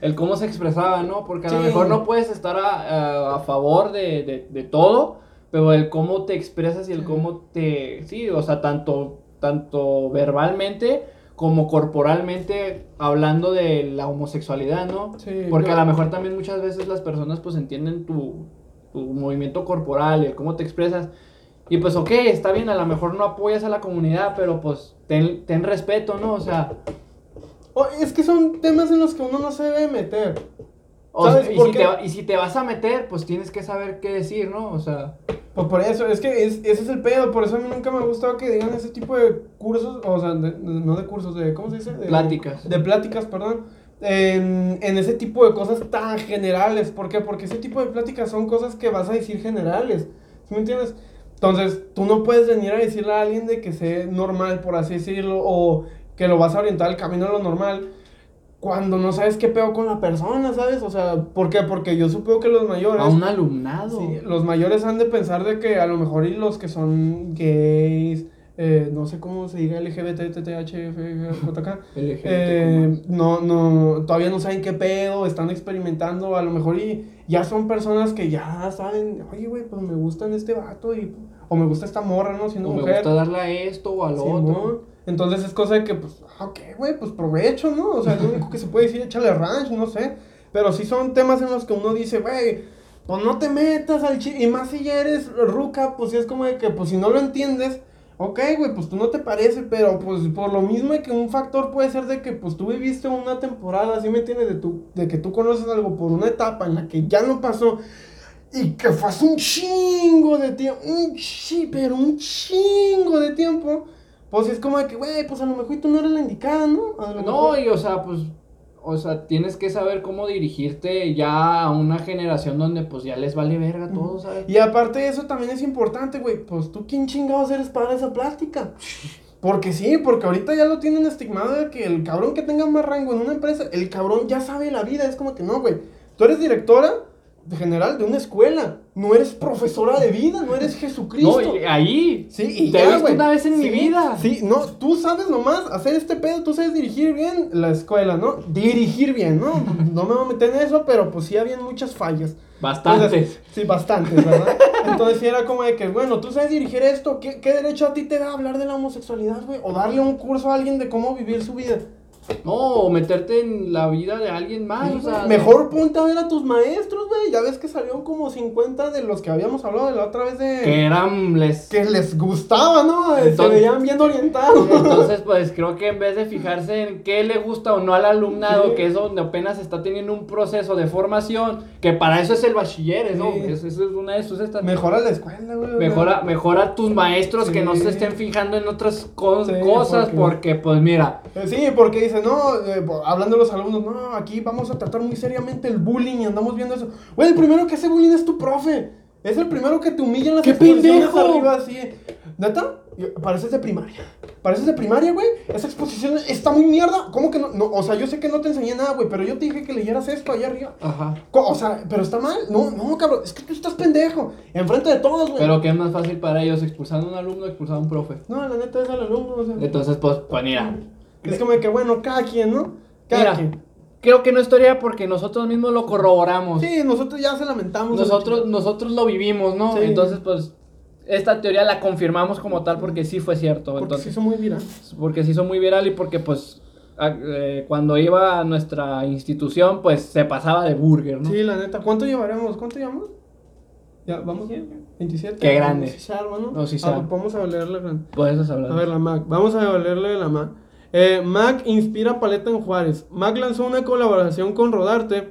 S1: el cómo se expresaba, ¿no? Porque a lo
S2: Sí.
S1: mejor no puedes estar a, a- a favor de, de- de todo, pero el cómo te expresas y el
S2: Sí.
S1: cómo te... Sí, o sea, tanto, tanto verbalmente como corporalmente hablando de la homosexualidad, ¿no?
S2: Sí,
S1: Porque a
S2: no.
S1: lo mejor también muchas veces las personas pues entienden tu, tu movimiento corporal y el cómo te expresas. Y pues ok, está bien, a lo mejor no apoyas a la comunidad, pero pues ten, ten respeto, ¿no? O sea,
S2: O- es que son temas en los que uno no se debe meter.
S1: O sea,
S2: ¿Sabes
S1: y,
S2: por
S1: si
S2: qué?
S1: te, va- y si te vas a meter, pues tienes que saber qué decir, ¿no? O sea,
S2: Pues por eso, es que es- ese es el pedo, por eso a mí nunca me ha gustado que digan ese tipo de cursos, o sea, de- de- no de cursos, de, ¿cómo se dice? De,
S1: Pláticas.
S2: De pláticas, perdón. En, en ese tipo de cosas tan generales, ¿por qué? Porque ese tipo de pláticas son cosas que vas a decir generales, ¿sí me entiendes? Entonces, tú no puedes venir a decirle a alguien de que sea normal, por así decirlo, o que lo vas a orientar al camino de lo normal, cu- cuando no sabes qué peor con la persona, ¿sabes? O sea, ¿por qué? Porque yo supongo que los mayores...
S1: A un alumnado.
S2: Sí, los mayores han de pensar de que a lo mejor y los que son gays, eh, no sé cómo se diga LGBT, TTH, JK,
S1: LGBT,
S2: eh, no, no, todavía no saben qué pedo, están experimentando, a lo mejor y ya son personas que ya saben, oye, güey, pues me gustan este vato y, o me gusta esta morra, ¿no? Siendo
S1: o me
S2: mujer.
S1: gusta darle a esto o al
S2: Simón.
S1: otro.
S2: Entonces es cosa de que, pues, ah, ok, güey, pues provecho, ¿no? O sea, lo único que se puede decir, échale ranch, no sé. Pero sí son temas en los que uno dice, güey, pues no te metas al chi... Y más si ya eres ruca, pues sí es como de que, pues si no lo entiendes, ok, güey, pues tú no te parece, pero pues por lo mismo de que un factor puede ser de que, pues tú viviste una temporada, ¿sí me entiendes? De, tu, de que tú conoces algo por una etapa en la que ya no pasó. Y que fue hace un chingo de tiempo, un chi, pero un chingo de tiempo. Pues es como de que, güey, pues a lo mejor y tú no eres la indicada, ¿no? A lo
S1: No,
S2: mejor-
S1: y o sea, pues, o sea, tienes que saber cómo dirigirte ya a una generación donde pues ya les vale verga todo, ¿sabes?
S2: Y aparte de eso también es importante, güey, pues tú quién chingados eres para esa plática. Porque sí, porque ahorita ya lo tienen estigmado de que el cabrón que tenga más rango en una empresa, el cabrón ya sabe la vida, es como que no, güey. Tú eres directora de general de una escuela, no eres profesora de vida, no eres Jesucristo.
S1: No, y ahí.
S2: Sí, y
S1: Te
S2: ya,
S1: he visto
S2: güey.
S1: una vez en
S2: Sí,
S1: mi vida.
S2: Sí, no, tú sabes nomás hacer este pedo, tú sabes dirigir bien la escuela, ¿no? Dirigir bien, ¿no? No me voy a meter en eso, pero pues sí habían muchas fallas.
S1: Bastantes.
S2: Entonces, sí, bastantes, ¿verdad? Entonces sí era como de que, bueno, tú sabes dirigir esto, ¿qué, qué derecho a ti te da hablar de la homosexualidad, güey? O darle un curso a alguien de cómo vivir su vida.
S1: No, o meterte en la vida de alguien más, Ah, o sea.
S2: Mejor ponte a ver a tus maestros, güey. Ya ves que salieron como 50 de los que habíamos hablado de la otra vez de...
S1: Que eran les.
S2: Que les gustaba, ¿no? Se
S1: Entonces-
S2: veían bien orientados.
S1: Entonces, pues creo que en vez de fijarse en qué le gusta o no al alumnado,
S2: Sí.
S1: que es donde apenas está teniendo un proceso de formación, que para eso es el bachiller, ¿no?
S2: Sí.
S1: Es- Eso es una de sus estrategias.
S2: Mejora la escuela, güey.
S1: Mejora, mejora tus maestros que no
S2: Sí.
S1: se estén fijando en otras co-
S2: Sí,
S1: cosas,
S2: porque-
S1: porque pues mira,
S2: Eh, Sí, porque dice, no, eh, bo- hablando de los alumnos, no, aquí vamos a tratar muy seriamente el bullying y andamos viendo eso. Güey, el primero que hace bullying es tu profe. Es el primero que te humilla en las
S1: ¡Qué
S2: exposiciones
S1: pendejo!
S2: arriba, así. ¿Neta? Yo- Pareces de primaria. Pareces de primaria, güey. Esa exposición está muy mierda. ¿Cómo que no? no? O sea, yo sé que no te enseñé nada, güey, pero yo te dije que leyeras esto allá arriba.
S1: ajá.
S2: Co- O sea, pero está mal. No, no, cabrón. Es que tú estás pendejo. Enfrente de todos, güey.
S1: Pero que es más fácil para ellos expulsar a un alumno, expulsar a un profe.
S2: No, la neta es al alumno, o sea.
S1: Entonces, pues, pues mira,
S2: Es como que, bueno, cada quien, ¿no? Cada
S1: Mira.
S2: quien.
S1: creo que no es teoría porque nosotros mismos lo corroboramos.
S2: Sí, nosotros ya se lamentamos.
S1: Nosotros, nosotros lo vivimos, ¿no?
S2: Sí.
S1: Entonces, pues, esta teoría la confirmamos como tal porque sí fue cierto.
S2: Porque
S1: entonces,
S2: se hizo muy viral.
S1: porque se hizo muy viral y porque, pues, a- eh, cuando iba a nuestra institución, pues, se pasaba de burger, ¿no?
S2: Sí, la neta. ¿Cuánto llevaremos? ¿Cuánto llevamos? Ya, vamos bien. 27.
S1: Qué grande.
S2: Sí, se arma, ¿no?
S1: No, sí se
S2: Ah,
S1: arma.
S2: Vamos a leerla grande.
S1: Por eso se hablaba.
S2: A ver, la Mac. Vamos a leerle la Mac. Eh, Mac inspira paleta en Juárez. Mac lanzó una colaboración con Rodarte,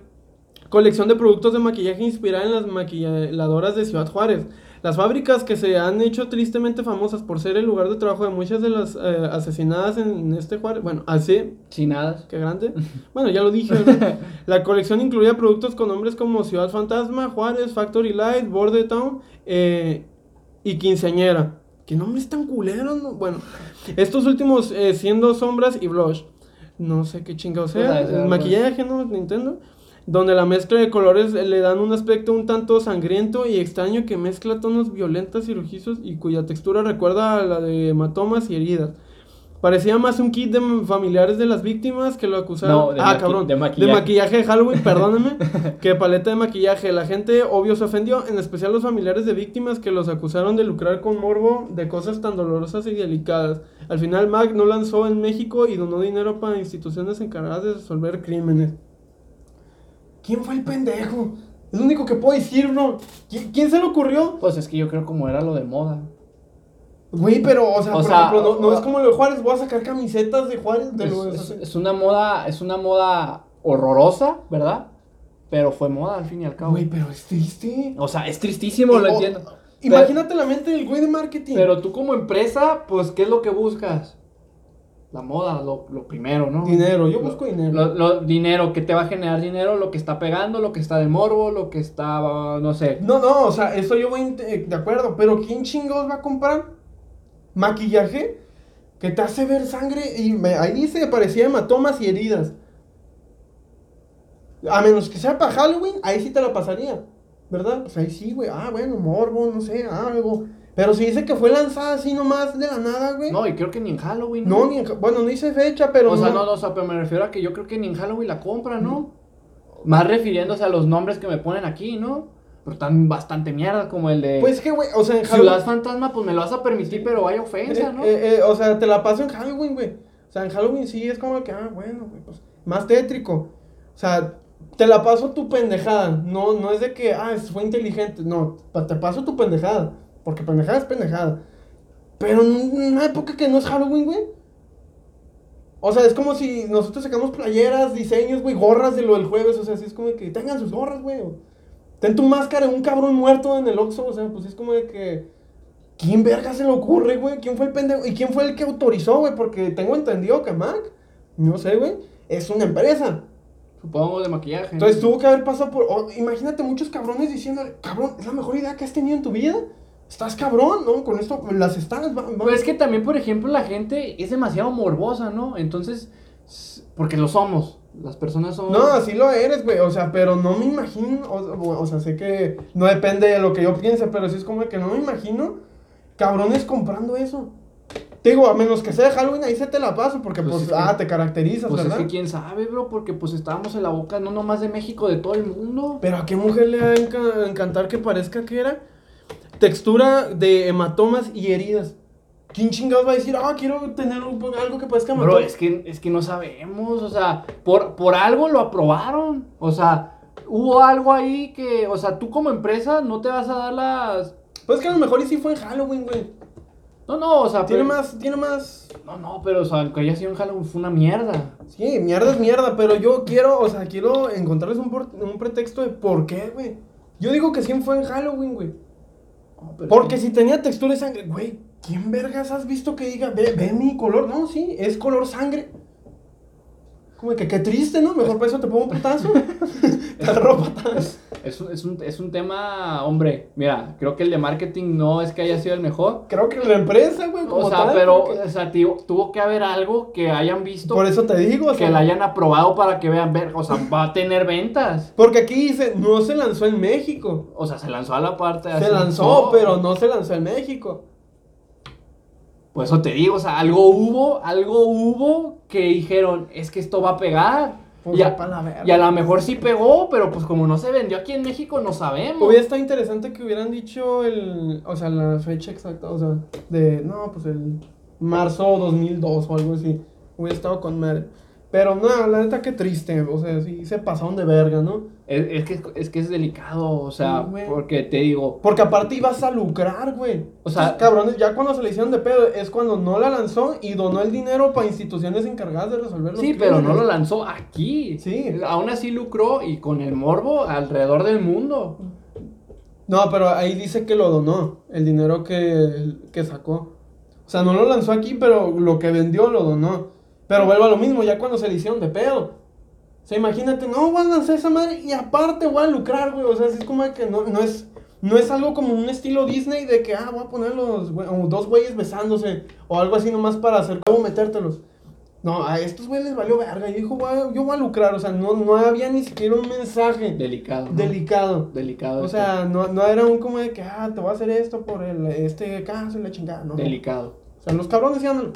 S2: colección de productos de maquillaje inspirada en las maquilladoras de Ciudad Juárez. Las fábricas que se han hecho tristemente famosas por ser el lugar de trabajo de muchas de las eh, asesinadas en este Juárez. Bueno, así,
S1: Sin nada.
S2: Qué grande. Bueno, ya lo dije. ¿verdad? La colección incluía productos con nombres como Ciudad Fantasma, Juárez, Factory Light, Border Town eh, y Quinceañera. ¿Qué nombres tan culeros? no? Bueno, estos últimos eh, siendo Sombras y Blush. No sé qué chingado sea.
S1: Ah, ya,
S2: el maquillaje, ¿no? Nintendo. Donde la mezcla de colores eh, le dan un aspecto un tanto sangriento y extraño que mezcla tonos violentos y rojizos y cuya textura recuerda a la de hematomas y heridas. Parecía más un kit de m- familiares de las víctimas que lo acusaron.
S1: No, de
S2: ah,
S1: maqui-
S2: cabrón.
S1: de maquillaje.
S2: De maquillaje de Halloween, perdóname. que paleta de maquillaje. La gente obvio se ofendió, en especial los familiares de víctimas que los acusaron de lucrar con morbo de cosas tan dolorosas y delicadas. Al final, Mac no lanzó en México y donó dinero para instituciones encargadas de resolver crímenes. ¿Quién fue el pendejo? Es lo único que puedo decir, bro. ¿Qui- ¿Quién se le ocurrió?
S1: Pues es que yo creo como era lo de moda.
S2: Güey, pero, o sea,
S1: O
S2: por
S1: sea,
S2: ejemplo, no, no
S1: o-
S2: es como lo de Juárez. Voy a sacar camisetas de Juárez. De
S1: es,
S2: lo de-
S1: es- es una moda, es una moda horrorosa, ¿verdad? Pero fue moda al fin y al cabo.
S2: Güey, pero es triste.
S1: O sea, es tristísimo, lo
S2: O-
S1: entiendo.
S2: Imagínate la mente del güey de marketing.
S1: Pero tú como empresa, pues, ¿qué es lo que buscas? La moda, lo, lo primero, ¿no?
S2: dinero, yo busco dinero.
S1: Lo, lo- dinero, que te va a generar dinero, lo que está pegando, lo que está de morbo, lo que está, ah, no sé.
S2: No, no, o sea, eso yo voy int- eh, de acuerdo, pero ¿quién chingados va a comprar maquillaje que te hace ver sangre? Y me- ahí dice, parecía hematomas y heridas. A menos que sea para Halloween, ahí sí te la pasaría. ¿Verdad? Pues ahí sí, güey. Ah, bueno, morbo, no sé, algo. Pero si dice que fue lanzada así nomás de la nada, güey.
S1: No, y creo que ni en Halloween.
S2: No, ni en ja- bueno, no hice fecha, pero.
S1: O sea, no, no, o sea, pero me refiero a que yo creo que ni en Halloween la compra, ¿no? Más refiriéndose a los nombres que me ponen aquí, ¿no? Pero tan bastante mierda como el de
S2: Pues que, güey, o sea, en
S1: Ciudad Fantasma, pues me lo vas a permitir, pero vaya ofensa,
S2: Eh,
S1: ¿no?
S2: eh, eh, o sea, te la paso en Halloween, güey. O sea, en Halloween sí es como que, ah, bueno, güey, pues, más tétrico. O sea, te la paso tu pendejada. No, no es de que, ah, es- fue inteligente. No, pa- te paso tu pendejada. Porque pendejada es pendejada. Pero en una época que no es Halloween, güey. O sea, es como si nosotros sacamos playeras, diseños, güey, gorras de lo del jueves. O sea, sí es como de que tengan sus gorras, güey. o Ten tu máscara, de un cabrón muerto en el Oxxo. O sea, pues es como de que. ¿Quién verga se le ocurre, güey? ¿Quién fue el pendejo? ¿Y quién fue el que autorizó, güey? Porque tengo entendido que Mac, no sé, güey, es una empresa.
S1: Supongo de maquillaje. ¿no?
S2: Entonces tuvo que haber pasado por. o- imagínate muchos cabrones diciéndole, cabrón, es la mejor idea que has tenido en tu vida. Estás cabrón, ¿no? Con esto, las estás. va- va-
S1: Pues es que también, por ejemplo, la gente es demasiado morbosa, ¿no? Entonces, s- porque lo somos. Las personas son.
S2: No, así lo eres, güey. O sea, pero no me imagino. O, o- o sea, sé que no depende de lo que yo piense, pero sí es como que no me imagino cabrones comprando eso. Te digo, a menos que sea Halloween, ahí se te la paso, porque
S1: Pues
S2: pues,
S1: es que-
S2: ah, te caracterizas,
S1: Pues es
S2: ¿verdad?
S1: que quién sabe, bro, porque pues estábamos en la boca, no nomás de México, de todo el mundo.
S2: Pero a qué mujer le va a enca- encantar que parezca que era textura de hematomas y heridas. ¿Quién chingados va a decir, ah, quiero tener un- algo que parezca
S1: Bro,
S2: hematomas?
S1: es que, es que no sabemos, o sea, por, por algo lo aprobaron. O sea, hubo algo ahí que, o sea, tú como empresa no te vas a dar las.
S2: Pues que a lo mejor y sí fue en Halloween, güey.
S1: No, no, o sea,
S2: Tiene
S1: Ah, pero-
S2: más, tiene más.
S1: No, no, pero, o sea, aunque haya sido en Halloween, fue una mierda.
S2: Sí, mierda es mierda, pero yo quiero, o sea, quiero encontrarles un, por- un pretexto de por qué, güey. Yo digo que sí fue en Halloween, güey.
S1: No, pero-
S2: Porque si tenía textura de sangre, güey, ¿quién vergas has visto que diga, ve, ve mi color? No, sí, es color sangre. Como que qué triste, ¿no? Mejor para eso te pongo un putazo. te agarro patadas.
S1: Es un, es, un, es un tema, hombre, mira, creo que el de marketing no es que haya sido el mejor.
S2: Creo que la empresa, güey, como
S1: O sea,
S2: tal,
S1: pero,
S2: creo que-
S1: o sea, tío, tuvo que haber algo que hayan visto,
S2: Por eso te digo, o
S1: que
S2: sea,
S1: la hayan aprobado para que vean, ver, o sea, va a tener ventas.
S2: porque aquí dice, no se lanzó en México.
S1: O sea, se lanzó a la parte
S2: Se lanzó, pero no se lanzó en México.
S1: Pues eso te digo, o sea, algo hubo, algo hubo que dijeron, es que esto va a pegar.
S2: Pues
S1: y,
S2: va pa' la
S1: a,
S2: verga.
S1: y a lo mejor sí pegó, pero pues como no se vendió aquí en México, no sabemos.
S2: Hubiera estado interesante que hubieran dicho el, o sea, la fecha exacta, o sea, de, no, pues el marzo 2002 o algo así. Hubiera estado con madre. Pero no, la neta, qué triste, o sea, sí se pasaron de verga, ¿no?
S1: Es, es que, es que es delicado, o sea,
S2: Sí, güey.
S1: porque te digo,
S2: Porque aparte ibas a lucrar, güey.
S1: O sea-
S2: Estos cabrones, ya cuando se le hicieron de pedo, es cuando no la lanzó y donó el dinero para instituciones encargadas de resolver los
S1: Sí, pero no
S2: crímenes.
S1: lo lanzó aquí.
S2: Sí.
S1: Aún así lucró y con el morbo alrededor del mundo.
S2: No, pero ahí dice que lo donó, el dinero que, que sacó. O sea, no lo lanzó aquí, pero lo que vendió lo donó. Pero vuelvo a lo mismo, ya cuando se le hicieron de pedo. O sea, imagínate, no, voy a lanzar esa madre y aparte voy a lucrar, güey. O sea, es como que no, no es... No es algo como un estilo Disney de que, ah, voy a poner los güe- o dos güeyes besándose o algo así nomás para hacer como metértelos. No, a estos güeyes les valió verga y dijo, "Voy a- yo voy a lucrar. O sea, no, no había ni siquiera un mensaje
S1: Delicado. ¿no?
S2: delicado.
S1: Delicado.
S2: O
S1: este.
S2: sea, no, no era un como de que, ah, te voy a hacer esto por el, este caso y la chingada, no.
S1: Delicado.
S2: O sea, los cabrones iban al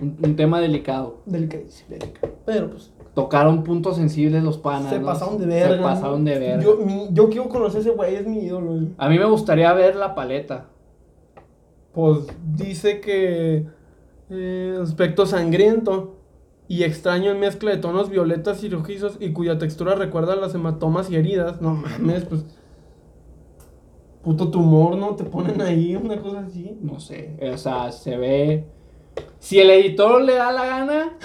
S1: Un, un tema delicado.
S2: delicadísimo, delicado. Pero pues,
S1: Tocaron puntos sensibles los panas.
S2: se
S1: ¿no?
S2: pasaron de verga.
S1: Se
S2: ¿no?
S1: pasaron de verga.
S2: Yo, mi- yo quiero conocer a ese güey, es mi ídolo. güey.
S1: A mí me gustaría ver la paleta.
S2: Pues dice que eh, aspecto sangriento y extraño en mezcla de tonos violetas y rojizos y cuya textura recuerda a las hematomas y heridas. No mames, pues. Puto tumor, ¿no? Te ponen ahí una cosa así.
S1: No sé. O sea, se ve. Si el editor le da la gana,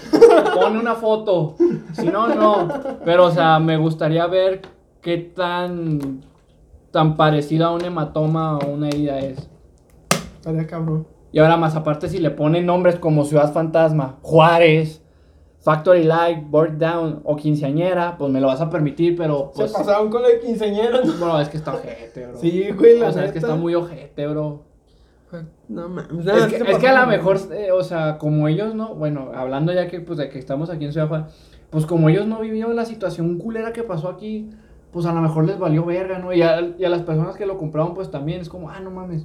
S1: pone una foto. Si no, no. Pero, o sea, me gustaría ver qué tan. tan parecida a un hematoma o una herida es.
S2: Estaría cabrón.
S1: Y ahora más aparte si le ponen nombres como Ciudad Fantasma, Juárez, Factory Light, Bird Down o Quinceañera, pues me lo vas a permitir, pero pues...
S2: Se pasaron con la quinceañera. ¿no?
S1: Bro, es que está ojete, bro.
S2: Sí, güey, la
S1: O sea, es que
S2: neta.
S1: está muy ojete, bro.
S2: No mames.
S1: es que, es que a lo mejor, eh, o sea, como ellos, ¿no? Bueno, hablando ya que, pues, de que estamos aquí en Ciudad Juárez, pues como ellos no vivieron la situación culera que pasó aquí, pues a lo mejor les valió verga, ¿no? Y a, y a las personas que lo compraron, pues también es como, ah, no mames.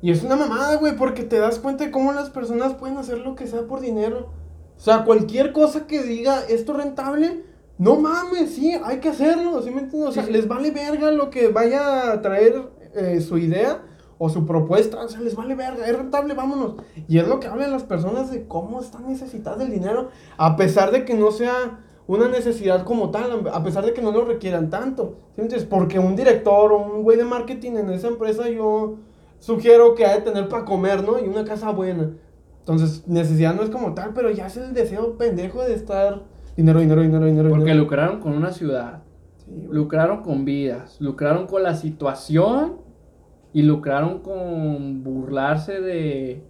S2: Y es una mamada, güey, porque te das cuenta de cómo las personas pueden hacer lo que sea por dinero. O sea, cualquier cosa que diga, esto es rentable, no mames, sí, hay que hacerlo, ¿sí me entiendes? O sea,
S1: Sí, sí.
S2: les vale verga lo que vaya a traer eh, su idea o su propuesta, o sea, les vale verga, es rentable, vámonos. Y es lo que hablan las personas de cómo están necesitadas del dinero, a pesar de que no sea una necesidad como tal, a pesar de que no lo requieran tanto, ¿sí me entiendes? Porque un director o un güey de marketing en esa empresa yo sugiero que ha de tener para comer, ¿no? Y una casa buena. Entonces, necesidad no es como tal, pero ya es el deseo pendejo de estar dinero, dinero, dinero, dinero.
S1: Porque
S2: dinero.
S1: lucraron con una ciudad,
S2: Sí, güey.
S1: lucraron con vidas, lucraron con la situación y lucraron con burlarse de...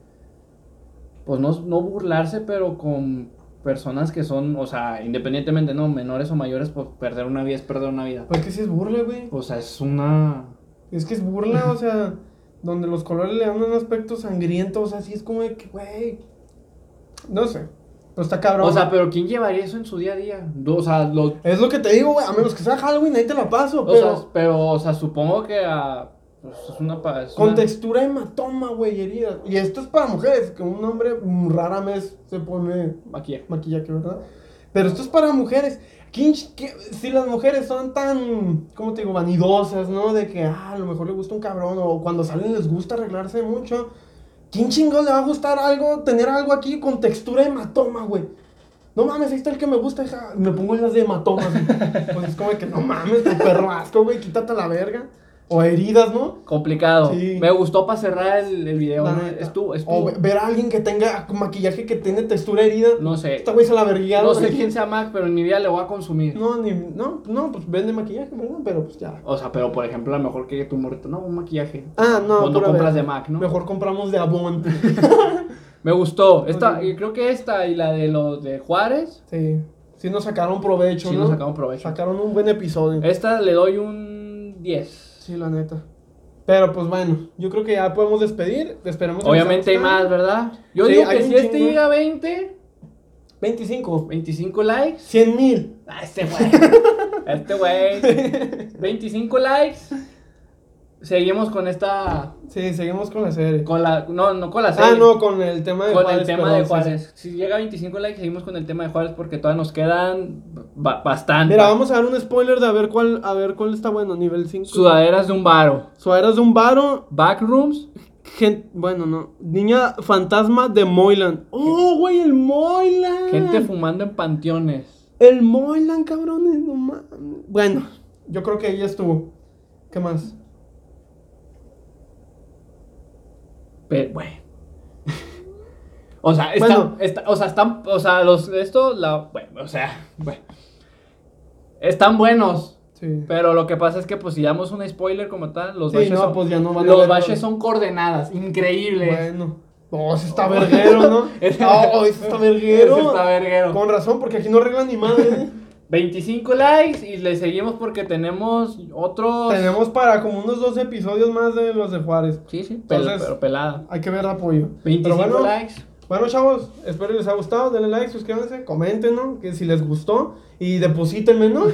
S1: Pues no, no burlarse, pero con personas que son, o sea, independientemente, no, menores o mayores, pues perder una vida es perder una vida.
S2: Pues que si es burla, güey.
S1: O sea, es una...
S2: Es que es burla, o sea, donde los colores le dan un aspecto sangriento, o sea, sí es como de que, güey. No sé. No está cabrón.
S1: O sea, pero ¿quién llevaría eso en su día a día? O sea, los,
S2: es lo que te digo, güey. A menos que sea Halloween, ahí te la paso.
S1: O
S2: pero
S1: sea, pero, o sea, supongo que ah, pues, es una... pa- es una-
S2: con textura hematoma, güey, herida. Y esto es para mujeres, que un hombre mm, rara vez se pone
S1: Maquillaje.
S2: maquillaje, ¿verdad? Pero esto es para mujeres. ¿Quién ch- qué- si las mujeres son tan, ¿cómo te digo?, vanidosas, ¿no? De que, ah, a lo mejor le gusta un cabrón o cuando salen les gusta arreglarse mucho. ¿Quién chingón le va a gustar algo, tener algo aquí con textura de hematoma, güey? No mames, ahí está el que me gusta, hija. Me pongo las de hematomas. güey. pues es como de que, no mames, tu perro asco, güey, quítate la verga. O heridas, ¿no?
S1: Complicado.
S2: Sí.
S1: Me gustó para cerrar el, el video.
S2: La
S1: ¿no?
S2: neta.
S1: Estuvo, estuvo-
S2: O ve- ver a alguien que tenga maquillaje que tiene textura herida.
S1: No sé.
S2: Esta güey se la verguía.
S1: No sé quién sea Mac, pero en mi vida le voy a consumir.
S2: No, ni, no, no, pues vende maquillaje, ¿verdad? Pero pues ya.
S1: O sea, pero por ejemplo, a lo mejor que tu morrito, no, un maquillaje.
S2: Ah, no.
S1: Cuando
S2: pura
S1: compras
S2: verga.
S1: de Mac, ¿no?
S2: Mejor compramos de Avon.
S1: Me gustó. Esta,
S2: Ok.
S1: y creo que esta y la de los de Juárez,
S2: sí. Sí nos sacaron provecho,
S1: sí
S2: ¿no?
S1: nos sacamos provecho. Eh.
S2: Sacaron un buen episodio.
S1: Esta le doy un 10.
S2: Sí, la neta. Pero pues bueno, yo creo que ya podemos despedir. Esperemos que
S1: Obviamente hay
S2: les haya
S1: más,
S2: gustado.
S1: ¿verdad? Yo
S2: Sí,
S1: digo
S2: hay
S1: que
S2: un
S1: si este
S2: chingo.
S1: llega a 20,
S2: 25.
S1: 25 likes.
S2: 100 mil.
S1: Ah, este güey. Este güey. 25 likes. Seguimos con esta.
S2: Sí, seguimos con la serie.
S1: Con la. No, no con la serie.
S2: Ah, no, con el tema de
S1: Con
S2: Juárez.
S1: el tema
S2: perdón,
S1: de
S2: sí, sí.
S1: Juárez. Si llega a 25 likes, seguimos con el tema de Juárez porque todavía nos quedan ba- bastante.
S2: Mira, vamos a dar un spoiler de a ver cuál, a ver cuál está bueno, nivel 5.
S1: Sudaderas de un varo.
S2: Sudaderas de un varo,
S1: Backrooms.
S2: Gen- bueno, no. Niña fantasma de Moylan. Oh, güey, el Moylan.
S1: Gente fumando en panteones.
S2: El Moylan, cabrones, no mames. Bueno, yo creo que ahí ya estuvo. ¿Qué más?
S1: Pero, bueno. O sea, está,
S2: Bueno.
S1: está- o sea, están, o sea, los, esto, la, bueno, o sea, bueno. están buenos,
S2: Sí.
S1: Pero lo que pasa es que pues si damos un spoiler como tal, los
S2: Sí,
S1: baches,
S2: no,
S1: son,
S2: pues, ya no van a
S1: los
S2: ver
S1: baches
S2: los-
S1: son coordenadas, increíbles.
S2: Bueno. Oh, ese está verguero, ¿no?
S1: Ese-
S2: oh, ese está verguero.
S1: Ese está verguero.
S2: Con razón, porque aquí no arreglan ni madre. ¿eh?
S1: 25 likes y le seguimos porque tenemos otros...
S2: Tenemos para como unos dos episodios más de los de Juárez.
S1: Sí, sí, pel-
S2: Entonces-
S1: pero pelada.
S2: Hay que ver apoyo.
S1: 25
S2: Pero bueno,
S1: likes.
S2: Bueno, chavos, espero les haya gustado. Denle like, suscríbanse, comenten, ¿no? Que si les gustó. Y deposítenme, ¿no?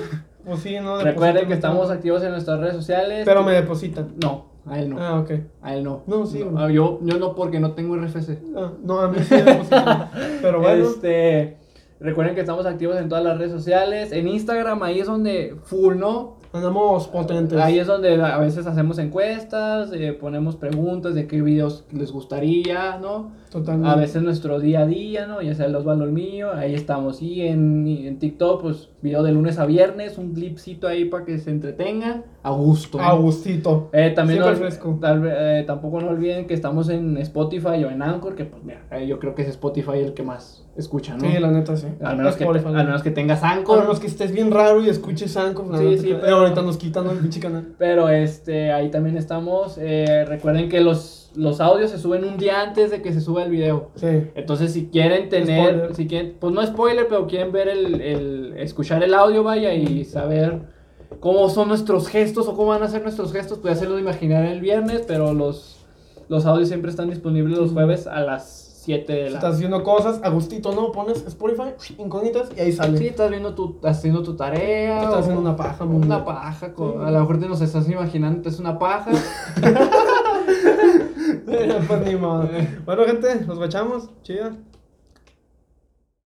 S2: Pues sí, ¿no?
S1: Recuerden
S2: deposítenme.
S1: que estamos activos en nuestras redes sociales.
S2: Pero me depositan.
S1: No, a él no.
S2: Ah, ok.
S1: A él no.
S2: No, sí,
S1: No, ah, yo, yo no porque no tengo RFC.
S2: Ah, no, a mí sí me depositan. Pero bueno.
S1: Este, recuerden que estamos activos en todas las redes sociales. En Instagram ahí es donde full, ¿no?
S2: Andamos potentes.
S1: Ahí es donde a veces hacemos encuestas, eh, ponemos preguntas de qué videos les gustaría, ¿no?
S2: Totalmente.
S1: A veces nuestro día a día, ¿no? Ya sea el Osvaldo el mío, ahí estamos. Y en, en TikTok, pues video de lunes a viernes, un clipcito ahí para que se entretengan. A gusto. ¿no?
S2: Agustito.
S1: Eh, también
S2: Siempre
S1: no olvi-
S2: fresco.
S1: tal vez, eh, tampoco no olviden que estamos en Spotify o en Anchor, que pues mira, eh, yo creo que es Spotify el que más escucha, ¿no?
S2: Sí, la neta, sí.
S1: al, menos que,
S2: Spotify.
S1: al menos que tengas
S2: A
S1: Anchor.
S2: menos que estés bien raro y escuches Sanco. la
S1: Sí,
S2: neta,
S1: sí,
S2: que-
S1: pero-
S2: Eh, ahorita nos quitan ¿no? el pinche canal.
S1: Pero este, ahí también estamos. Eh, recuerden que los, los audios se suben un día antes de que se suba el video.
S2: Sí.
S1: Entonces, si quieren tener,
S2: Spoiler.
S1: si quieren, pues no spoiler, pero quieren ver el, el- escuchar el audio, vaya, y saber cómo son nuestros gestos o cómo van a ser nuestros gestos, pues ya se los imaginar el viernes, pero los, los audios siempre están disponibles los jueves a las 7 de la
S2: Estás haciendo cosas, Agustito, ¿no? Pones Spotify, incógnitas y ahí sale.
S1: Sí, estás viendo tu, haciendo tu tarea.
S2: Estás
S1: o-
S2: haciendo una paja, muy
S1: Una
S2: bien.
S1: paja. co-
S2: Sí.
S1: A lo mejor te nos estás imaginando que es una paja.
S2: pues ni modo. Bueno, gente, nos bachamos. Chida.